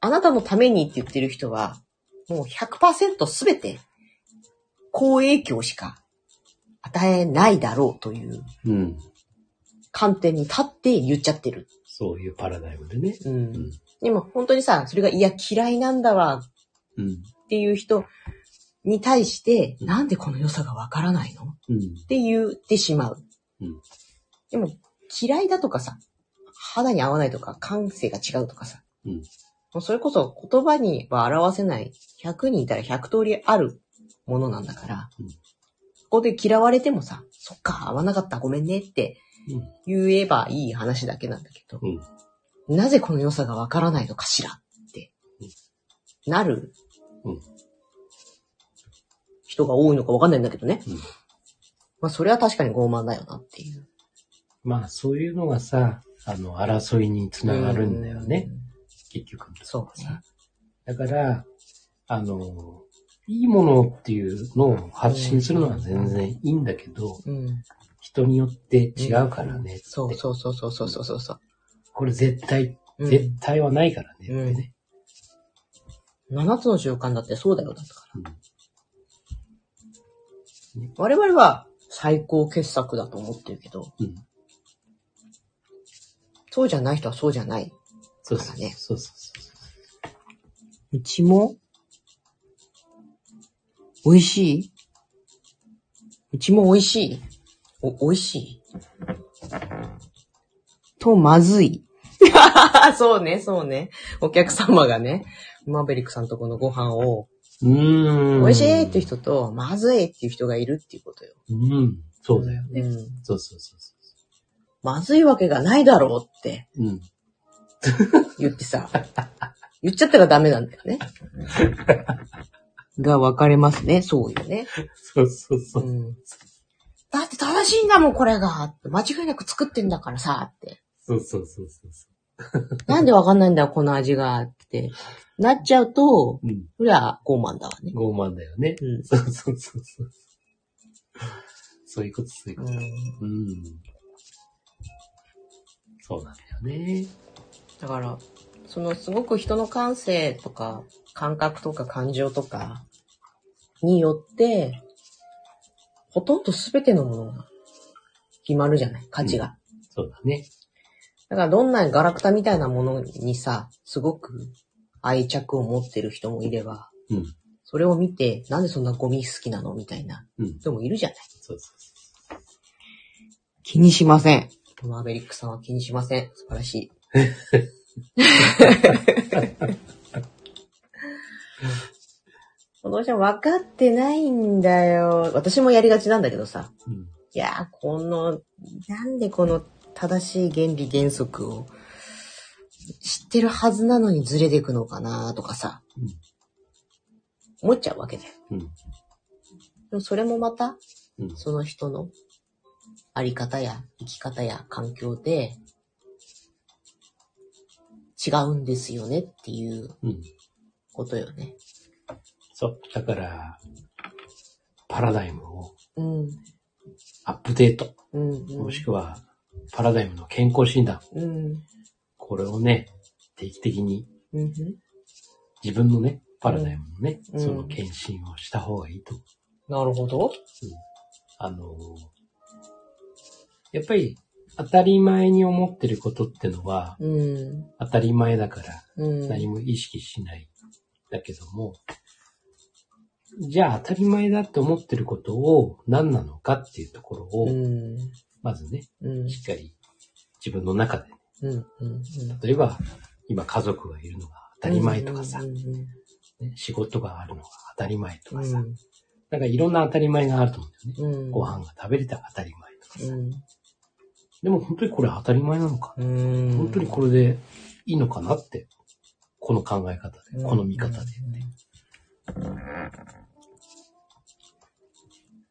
S2: あなたのためにって言ってる人は、もう100%すべて、好影響しか与えないだろうという
S3: うん。
S2: 観点に立って言っちゃってる。
S3: そういうパラダイムでね。
S2: う
S3: うんん。
S2: でも本当にさ、それがいや嫌いなんだわ
S3: うん。
S2: っていう人に対して、
S3: うん
S2: なんでこの良さがわからないのっ
S3: うん。
S2: て言ってしまう。
S3: うん
S2: でも、嫌いだとかさ、肌に合わないとか、感性が違うとかさ、
S3: うん
S2: もうそれこそ言葉には表せない、100人いたら100通りあるものなんだから、
S3: うん
S2: そこで嫌われてもさ、そっか、合わなかった、ごめんねって言えばいい話だけなんだけど、
S3: うん。
S2: なぜこの良さがわからないのかしらって、なる、
S3: うん
S2: 人が多いのかわかんないんだけどね。
S3: うん
S2: まあ、それは確かに傲慢だよなっていう。
S3: まあ、そういうのがさ、あの、争いにつながるんだよね。
S2: うん。
S3: 結局。
S2: そうね。
S3: だから、あの、いいものっていうのを発信するのは全然いいんだけど、
S2: うん。
S3: 人によって違うからねって。
S2: そうそうそうそうそうそうそうそう。
S3: これ絶対、
S2: うん
S3: 絶対はないからねってね。
S2: 7つの習慣だってそうだよ、だから。
S3: うん
S2: 我々は最高傑作だと思ってるけど、
S3: うん。
S2: そうじゃない人はそうじゃない。
S3: そう
S2: だ
S3: そう
S2: からね
S3: そうそうそう
S2: うちも、美味しいうちも美味しいお、美味しいと、まずい。 そうね、そうね。お客様がね、マーベリックさんとこのご飯を、
S3: うーん。
S2: 美味しいっていう。人と、まずいっていう人がいるっていうことよ。
S3: うん。そうだよね。
S2: うん
S3: そうそうそうそ
S2: まずいわけがないだろうって
S3: う。うん。
S2: 言って さ、言っちゃったらダメなんだよね。が分かれますね、そうよね。
S3: そうそうそう。
S2: うんだって正しいんだもん、これが。間違いなく作ってんだからさ、って。
S3: そうそうそうそうそ
S2: なんでわかんないんだよ、この味が、って。なっちゃうと、
S3: う。うん。
S2: そりゃ傲慢だわね。
S3: 傲慢だよね。
S2: うん
S3: そうそうそうそう。そういうこと、そういうこと。うん。そうなんだよね。
S2: だから、そのすごく人の感性とか、感覚とか感情とかによって、ほとんど全てのものが決まるじゃない、価値が。
S3: そうだね。
S2: だからどんなガラクタみたいなものにさ、すごく愛着を持ってる人もいれば、
S3: うん。
S2: それを見て、なんでそんなゴミ好きなのみたいな
S3: うん。
S2: 人もいるじゃない。
S3: そうそうそ
S2: 気にしません。マーベリックさんは気にしません。素晴らし い。どうしても分かってないんだよ。私もやりがちなんだけどさ。
S3: う。うん。
S2: いやー、この、なんでこの正しい原理原則を知ってるはずなのにずれていくのかなとかさ、
S3: うん
S2: 思っちゃうわけだよ。
S3: うん
S2: でもそれもまた、
S3: うん。
S2: その人のあり方や生き方や環境で違うんですよねっていう
S3: うん。
S2: ことよね。
S3: そう。だから、パラダイムを
S2: うん。
S3: アップデート、
S2: うん、
S3: もしくは、パラダイムの健康診断。
S2: うん。うん。
S3: これをね、定期的に
S2: うん。
S3: 自分のね、パラダイムのね、
S2: うん
S3: その検診をした方がいいと思う。
S2: なるほど。
S3: あのーやっぱり当たり前に思ってることってのは
S2: うん。
S3: 当たり前だから
S2: うん。
S3: 何も意識しない。だけども、じゃあ当たり前だって思ってることを何なのかっていうところ
S2: う
S3: を、
S2: ん。
S3: まずね、
S2: うん。
S3: しっかり自分の中で、
S2: うん。うん。
S3: 例えば今家族がいるのが当たり前とかさ
S2: う、んうん
S3: ね仕事があるのが当たり前
S2: う
S3: とか
S2: ん
S3: さ、なんかいろんな当たり前があると思うんだよね。
S2: うん。
S3: ご飯が食べれた当たり前とかさ
S2: う、ん。
S3: でも本当にこれ当たり前なのか
S2: うん。
S3: 本当にこれでいいのかなって。この考え方で、
S2: うん
S3: この見方で。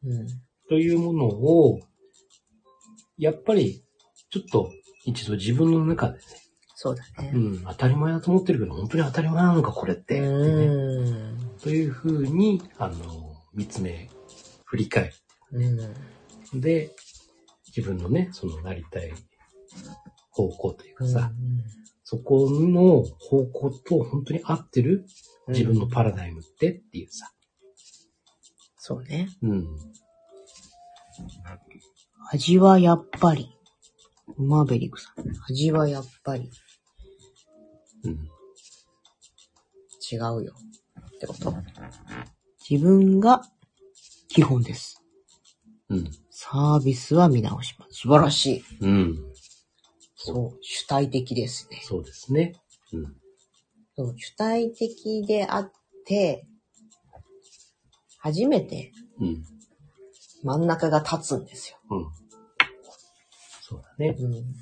S2: うん。
S3: というものを、やっぱり、ちょっと一度自分の中でね、
S2: そうだね。
S3: うん、当たり前だと思ってるけど、本当に当たり前なのか、これって。ってね
S2: うん。
S3: というふうに、あの、見つめ、振り返
S2: うん。
S3: る。で、自分のね、そのなりたい方向というかさ、そこの方向と本当に合ってる自分のパラダイムってっていうさ。
S2: そうね。
S3: うん。
S2: 味はやっぱり。マーベリックさん。味はやっぱり
S3: うん。
S2: 違うよ。ってこと自分が基本です。
S3: うん。
S2: サービスは見直します。素晴らしい。
S3: うん。
S2: そう。主体的ですね。
S3: そうですね。うん。
S2: そう主体的であって、初めて
S3: うん。
S2: 真ん中が立つんですよ。
S3: うん。そうだね。
S2: うん。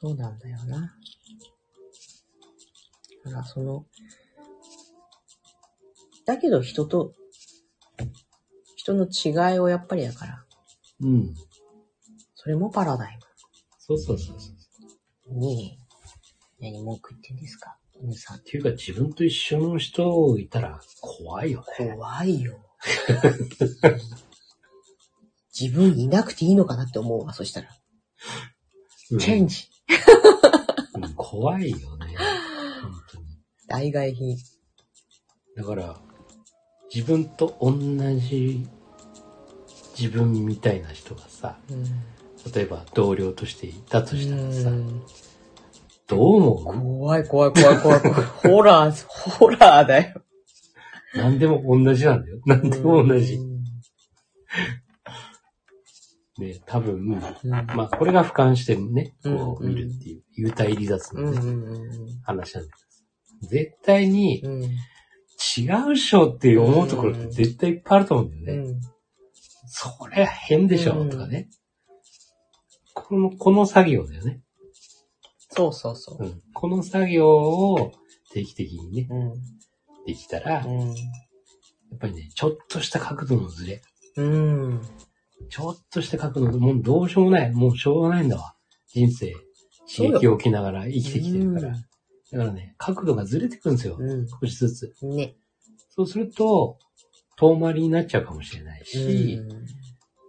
S2: そうなんだよな。だからその、だけど人と、人の違いをやっぱりだから、
S3: うん。
S2: それもパラダイ
S3: そうそうそうそう。
S2: ムに、何文句言ってんですか犬さん
S3: っ。ていうか自分と一緒の人いたら怖いよね。
S2: 怖いよ。 自分いなくていいのかなって思うわ、そしたら。
S3: うん
S2: チェンジ。
S3: うん怖いよ ね。本当に。
S2: 代替品。
S3: だから、自分と同じ自分みたいな人がさ、
S2: うん。
S3: 例えば同僚としていたとしたらさ、
S2: うん
S3: どう思
S2: 怖い怖い怖い怖い怖い。 ホラー、ホラーだよ。
S3: う何でも同じなんだよ。何でも同じ
S2: う。ん。
S3: ね、多分、
S2: うん
S3: まあこれが俯瞰してね、こう
S2: うん
S3: 見るっていう、幽体離脱
S2: う
S3: の
S2: ん
S3: ね、
S2: うん
S3: 話なんです。絶対に
S2: うん。
S3: 違うっしょって思うところって絶対いっぱいあると思うんだ
S2: う
S3: よね。
S2: ん。
S3: それ変でしょとかね。この、この作業だよね。
S2: そうそうそう
S3: う。ん。この作業を定期的にね、
S2: うん。
S3: できたら、
S2: う
S3: や
S2: ん。
S3: っぱりね、ちょっとした角度のずれ、
S2: うん。
S3: ちょっとした角度の、もうどうしようもない、もうしょうがないんだわ。人生、刺激を受けながら生きてきてるから。だからね、角度がずれてくんですよ。
S2: う
S3: 少しずつ。
S2: ん。ね。
S3: そうすると、遠回りになっちゃうかもしれないし、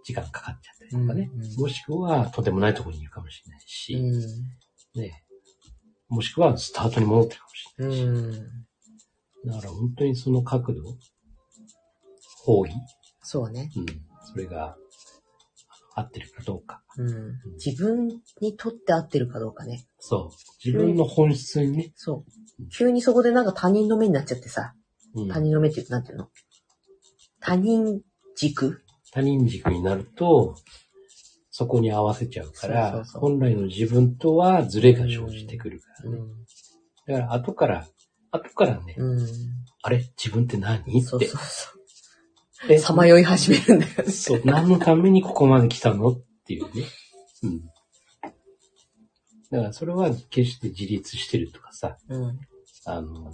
S3: 時間かかっちゃったりとかね。
S2: うんうん
S3: もしくは、とてもないところにいるかもしれないし、
S2: うん。
S3: ね。もしくは、スタートに戻ってるかもしれ
S2: う
S3: ないし。
S2: ん。
S3: だから本当にその角度、方位、
S2: そうね。
S3: うん、それが合ってるかどうか。
S2: うん。自分にとって合ってるかどうかね。
S3: そう。自分の本質にね、
S2: そう。急にそこでなんか他人の目になっちゃってさ。
S3: うん
S2: 他人の目ってなんていうの他人軸
S3: 他人軸になると、そこに合わせちゃうか
S2: そ
S3: ら、
S2: うそうそう
S3: 本来の自分とはズレが生じてくるからね。
S2: ん。
S3: だから後から、後からね、
S2: うん。
S3: あれ自分って何って。
S2: そうそうそ
S3: え
S2: う。さまよい始めるんだよね。
S3: そう、何のためにここまで来たのっていうね。うん。だからそれは決して自立してるとかさ、
S2: うん。
S3: あの、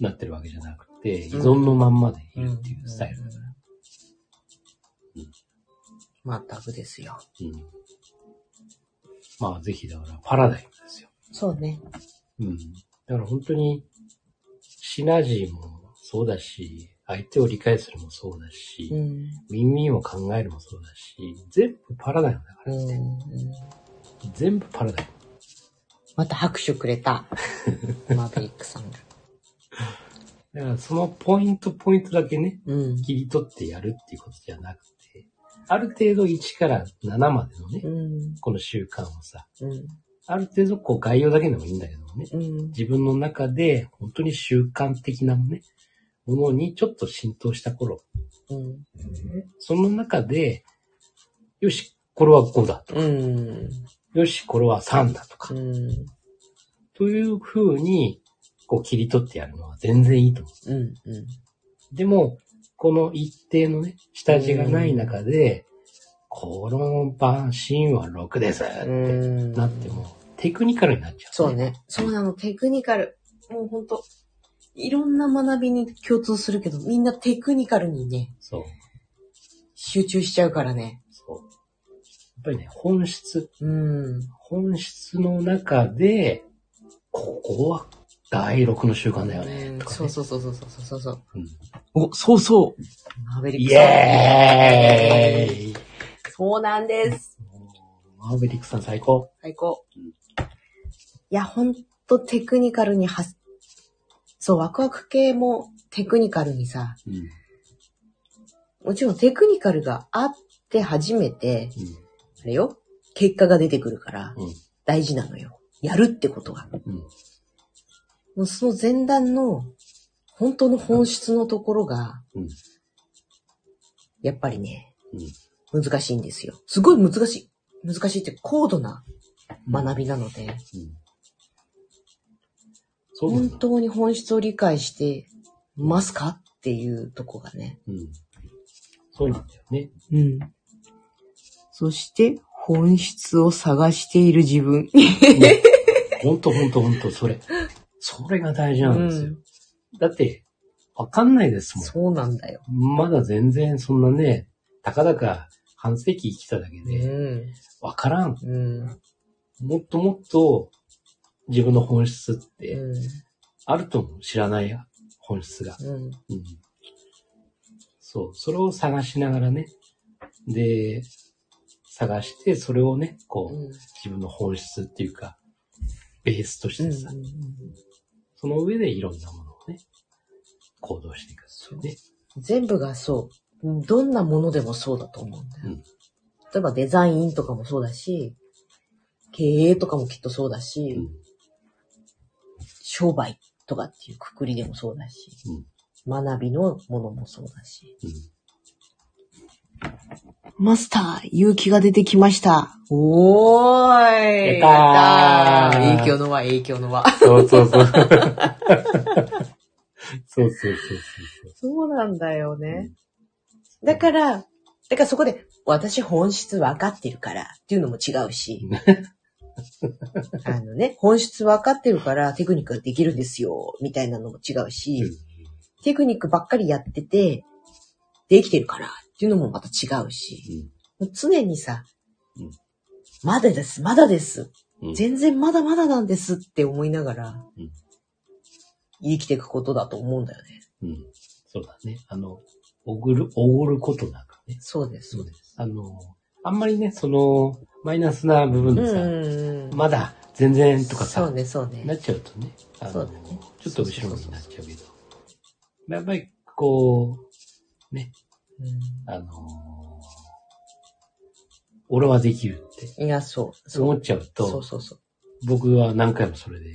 S3: なってるわけじゃなくて、依存のまんまでいるっていうスタイルだから。
S2: まったくですよ。
S3: うん。まあぜひだからパラダイムですよ。
S2: そうね。
S3: うん。だから本当に、シナジーもそうだし、相手を理解するもそうだし、
S2: うん。
S3: ウィンウィンを考えるもそうだし、全部パラダイムだから
S2: う
S3: ね。
S2: ん。
S3: 全部パラダイム。
S2: また拍手くれた。マーベリックさんが。
S3: だからそのポイントポイントだけね、
S2: うん。
S3: 切り取ってやるっていうことじゃなくて、ある程度1から7までのね
S2: う、ん。
S3: この習慣をさ、
S2: うん。
S3: ある程度こう概要だけでもいいんだけどもね、
S2: うん。
S3: 自分の中で本当に習慣的なね、ものにちょっと浸透した頃、
S2: うん。
S3: その中で、よし、これは5だとか、
S2: うん。
S3: よし、これは3だとか、
S2: うん。
S3: という風に、こう切り取ってやるのは全然いいと思う。
S2: うん。
S3: でも、この一定のね、下地がない中で、この番シーンは6ですって
S2: うん。
S3: なっても、テクニカルになっちゃう、
S2: そう。ね。そうなの、テクニカル。もうほんと、いろんな学びに共通するけど、みんなテクニカルにね、
S3: そう。
S2: 集中しちゃうからね。
S3: そう。やっぱりね、本質、
S2: うん。
S3: 本質の中で、ここは第6の習慣だよ
S2: う
S3: ね、
S2: ん
S3: とかね。
S2: そうそうそうそうそうそうそう。
S3: うん
S2: お、そうそう。マーベリッ
S3: イ
S2: クさん。
S3: エーイ
S2: そうなんです。
S3: もうマーベリックさん最高。
S2: 最高。いや、ほんとテクニカルには、そう、ワクワク系もテクニカルにさ、
S3: うん。うん。
S2: もちろんテクニカルがあって初めて、あれよ、結果が出てくるから、
S3: うん
S2: 大事なのよ。やるってことが。
S3: うん。
S2: もうその前段の、本当の本質のところが、
S3: うん。
S2: やっぱりね、
S3: うん。
S2: 難しいんですよ。すごい難しい。難しいって高度な学びなので、
S3: うん。そうなん
S2: 本
S3: だ。
S2: 当に本質を理解してますかっていうとこがね。
S3: うん。そうなんだよ ね。
S4: うん。そして、本質を探している自分。
S3: ほんとほんとほんと、それ。それが大事
S2: う
S3: なんですよ。だって、わかんないですもん。
S2: そうなんだよ。
S3: まだ全然そんなね、たかだか半世紀生きただけ
S2: う
S3: で、
S2: ん。
S3: わからん。
S2: うん。
S3: もっともっと自分の本質っ
S2: う
S3: て
S2: ん。
S3: あると思う。知らない本質が。
S2: うん。
S3: うん。そう。それを探しながらね。で、探して、それをね、こう、
S2: うん。
S3: 自分の本質っていうか、ベースとしてさ、
S2: うん
S3: その上でいろんなものをね、行動していくっていうね。
S2: 全部がそう。どんなものでもそうだと思うんだよ。
S3: うん
S2: 例えばデザインとかもそうだし、経営とかもきっとそうだし、
S3: うん
S2: 商売とかっていうくくりでもそうだし、学びのものもそうだし。
S4: マスター、勇気が出てきました。
S2: おー
S3: 出たー
S2: やったー影響の輪、影響の輪。
S3: そうそう そう。そうそうそうそう
S2: そうなんだよね。だから、だからそこで、私本質分かってるからっていうのも違う し。あのね、本質分かってるからテクニックができるんですよ、みたいなのも違うし、
S3: うん
S2: テクニックばっかりやってて、できてるからっていうのもまた違うし、常にさ、
S3: うん
S2: まだです、まだです、
S3: うん
S2: 全然まだまだなんですって思いながら、
S3: うん
S2: 生きていくことだと思うんだよね。
S3: うん。うん。そうだね。あの、おごる、おごることなんかね。
S2: そうです、そうです。
S3: あの、あんまりね、その、マイナスな部分でさ、
S2: うん
S3: まだ全然とかさ、
S2: そうね、そうね。
S3: なっちゃうとね、あの
S2: そうだね
S3: ちょっと後ろ向きになっちゃうけど、やっぱりこう、ね、あのー俺はできるって
S2: うんいや、そう。そ
S3: 思
S2: う
S3: っちゃうと、
S2: そうそうそう。
S3: 僕は何回もそれで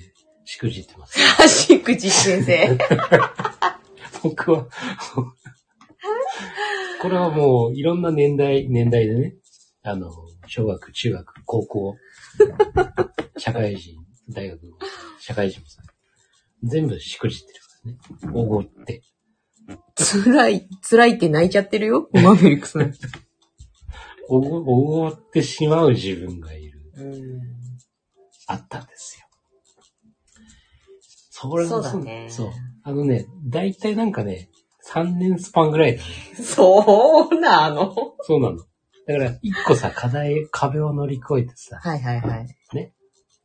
S3: しくじってます。
S2: 橋口先生。
S3: 僕は、これはもういろんな年代、年代でね、あの、小学、中学、高校、 社会人、大学、社会人もさ、全部しくじってるからね。おごって。
S2: 辛い、辛いって泣いちゃってるよ。
S4: マーフェリックさん。
S3: おご、おごってしまう自分がいる。
S2: うん。
S3: あったんですよ。それも
S2: そうだね
S3: そう。あのね、だいたいなんかね、3年スパンぐらいだね。
S2: そうなの。
S3: そうなの。だから、一個さ、課題、壁を乗り越えてさ、
S2: はいはいはい。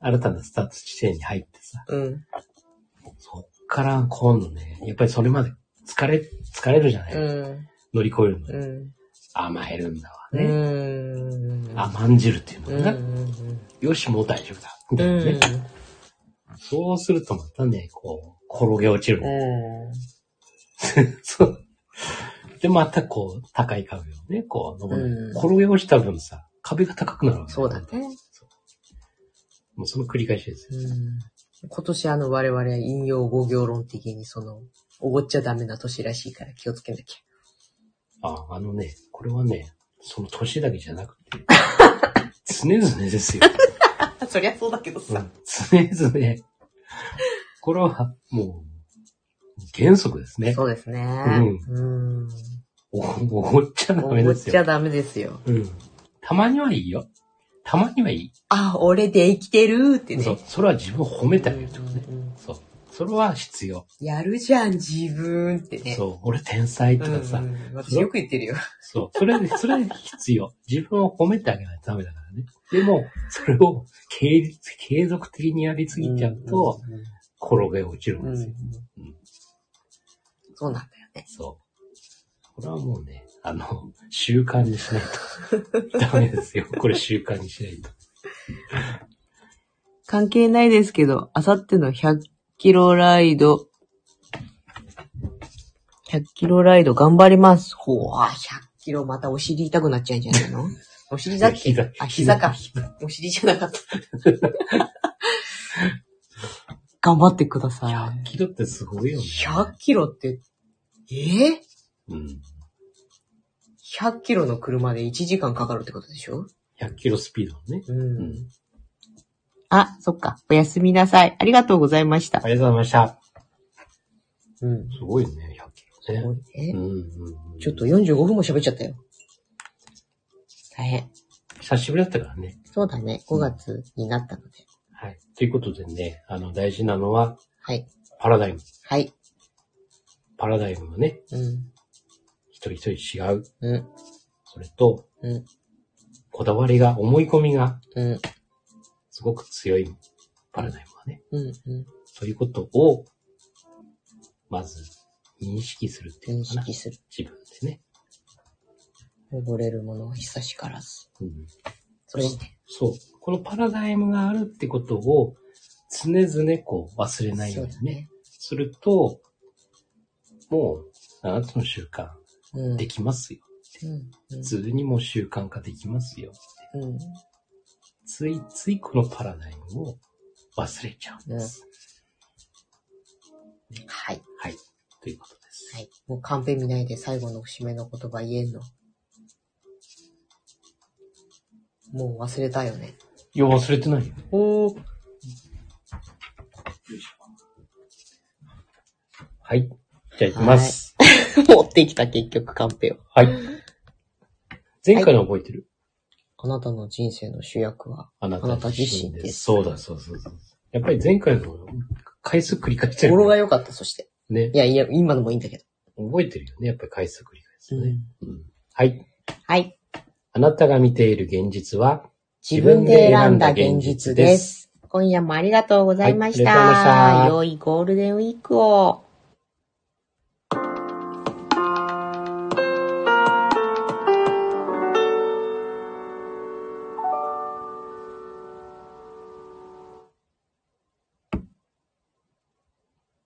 S3: 新たなスタート地点に入ってさ、
S2: うん。
S3: そっから今度ね、やっぱりそれまで疲れ、疲れるじゃない、
S2: うん。
S3: 乗り越えるのに、
S2: うん。
S3: 甘えるんだわ
S2: う
S3: ね。
S2: ん。
S3: 甘んじるっていう
S2: う
S3: の
S2: ん。
S3: か
S2: う。
S3: な、よし、もう大丈夫だ。みたいなんね。そうするとまたね、こう、転げ落ちるの。
S2: うん。
S3: そう。で、またこう、高い壁をね、こう、登る。
S2: うん
S3: 転げ落ちた分さ、壁が高くなるわけ
S2: そうだね。
S3: もうその繰り返しですよ。
S2: うん。今年あの我々は引用語行論的にその、おごっちゃダメな年らしいから気をつけなきゃ。
S3: あ、あのね、これはね、その年だけじゃなく て、常々ですよ。
S2: あ、そりゃそうだけど
S3: う。ん常々。これは、もう、原則ですね。
S2: そうですね。うん。
S3: おおごっちゃダ
S2: お
S3: メ
S2: ご
S3: で
S2: っ
S3: す
S2: ちゃ
S3: よ。
S2: ダメですよ。
S3: うん。たまにはいいよ。たまにはいい。
S2: あ、俺で生きてるってね。
S3: そう。それは自分を褒めてあげるってことね。
S2: うん
S3: そう。それは必要。
S2: やるじゃん、自分ってね。
S3: そう。俺天才とかさ。
S2: うんうん私よく言ってるよ。
S3: そう。それで、それ必要。自分を褒めてあげないとダメだからね。でも、それを継継続的にやりすぎちゃうと、
S2: うん
S3: 転げ落ちるん
S2: うん
S3: です
S2: う
S3: よ。
S2: んそうなんだよね。
S3: そう。これは もうね、あの、習慣にしないと。ダメですよ。これ習慣にしないと。
S2: 関係ないですけど、あさっての100キロライド、100キロライド頑張ります。ほわ、100キロまたお尻痛くなっちゃうんじゃない のお尻だっけ
S3: 膝
S2: あ、膝か。お尻じゃなかった。頑張ってください。
S3: 100キロってすごいよね。
S2: 100キロって、えー
S3: うん。
S2: 100キロの車で1時間かかるってことでしょ
S3: 100キロスピードね。
S2: うん。あ、そっか。おやすみなさい。ありがとうございました
S3: あ。りがとうございました。
S2: うん。
S3: すごいね、100キロね。
S2: え
S3: うんうんうん
S2: ちょっと45分も喋っちゃったよ。大変。
S3: 久しぶりだったからね。
S2: そうだね。5月になったので。
S3: はい。ということでね、あの、大事なのは、
S2: はい。
S3: パラダイム。
S2: はい。
S3: パラダイムはね、
S2: うん。
S3: 一人一人違う。
S2: うん。
S3: それと、
S2: うん。
S3: こだわりが、思い込みが、
S2: うん。
S3: すごく強い。パラダイムはね。
S2: うん。うん。
S3: ということを、まず、認識するってい
S2: 認
S3: うのかな。
S2: 識する。
S3: 自分でね。
S2: 溺れるものは久しからず。
S3: うん。
S2: そして。
S3: そう。このパラダイムがあるってことを、常々こう、忘れないように
S2: そうだ
S3: ね
S2: ね。
S3: すると、もう、7つの習慣、
S2: うん。
S3: できますよ。
S2: うん。
S3: 普通にもう習慣化できますよ。
S2: うん。
S3: ついついこのパラダイムを忘れちゃうんです。
S2: はい。
S3: はい。ということです。
S2: はい。もうカンペ見ないで最後の節目の言葉言えんの。もう忘れたよね。
S3: いや、忘れてないよ。
S2: おー。
S3: はい。じゃあ行きます。
S2: 持ってきた結局カンペを。
S3: はい。前回の覚えてる、
S2: あなたの人生の主役は、
S3: あな
S2: あなた自身です
S3: そうだ、そうそうそう。やっぱり前回の回数繰り返してる
S2: 心
S3: よ
S2: が
S3: ね。
S2: 良かった、そして。
S3: ね
S2: い。や、いや、今のもいいんだけど。
S3: 覚えてるよね。やっぱり回数繰り返すよね、うんはい。
S2: はい。
S3: あなたが見ている現実は、
S2: 自分で選んだ現実です。今夜もありがとうございました。
S3: はいありがとうございました
S2: 良いゴールデンウィークを。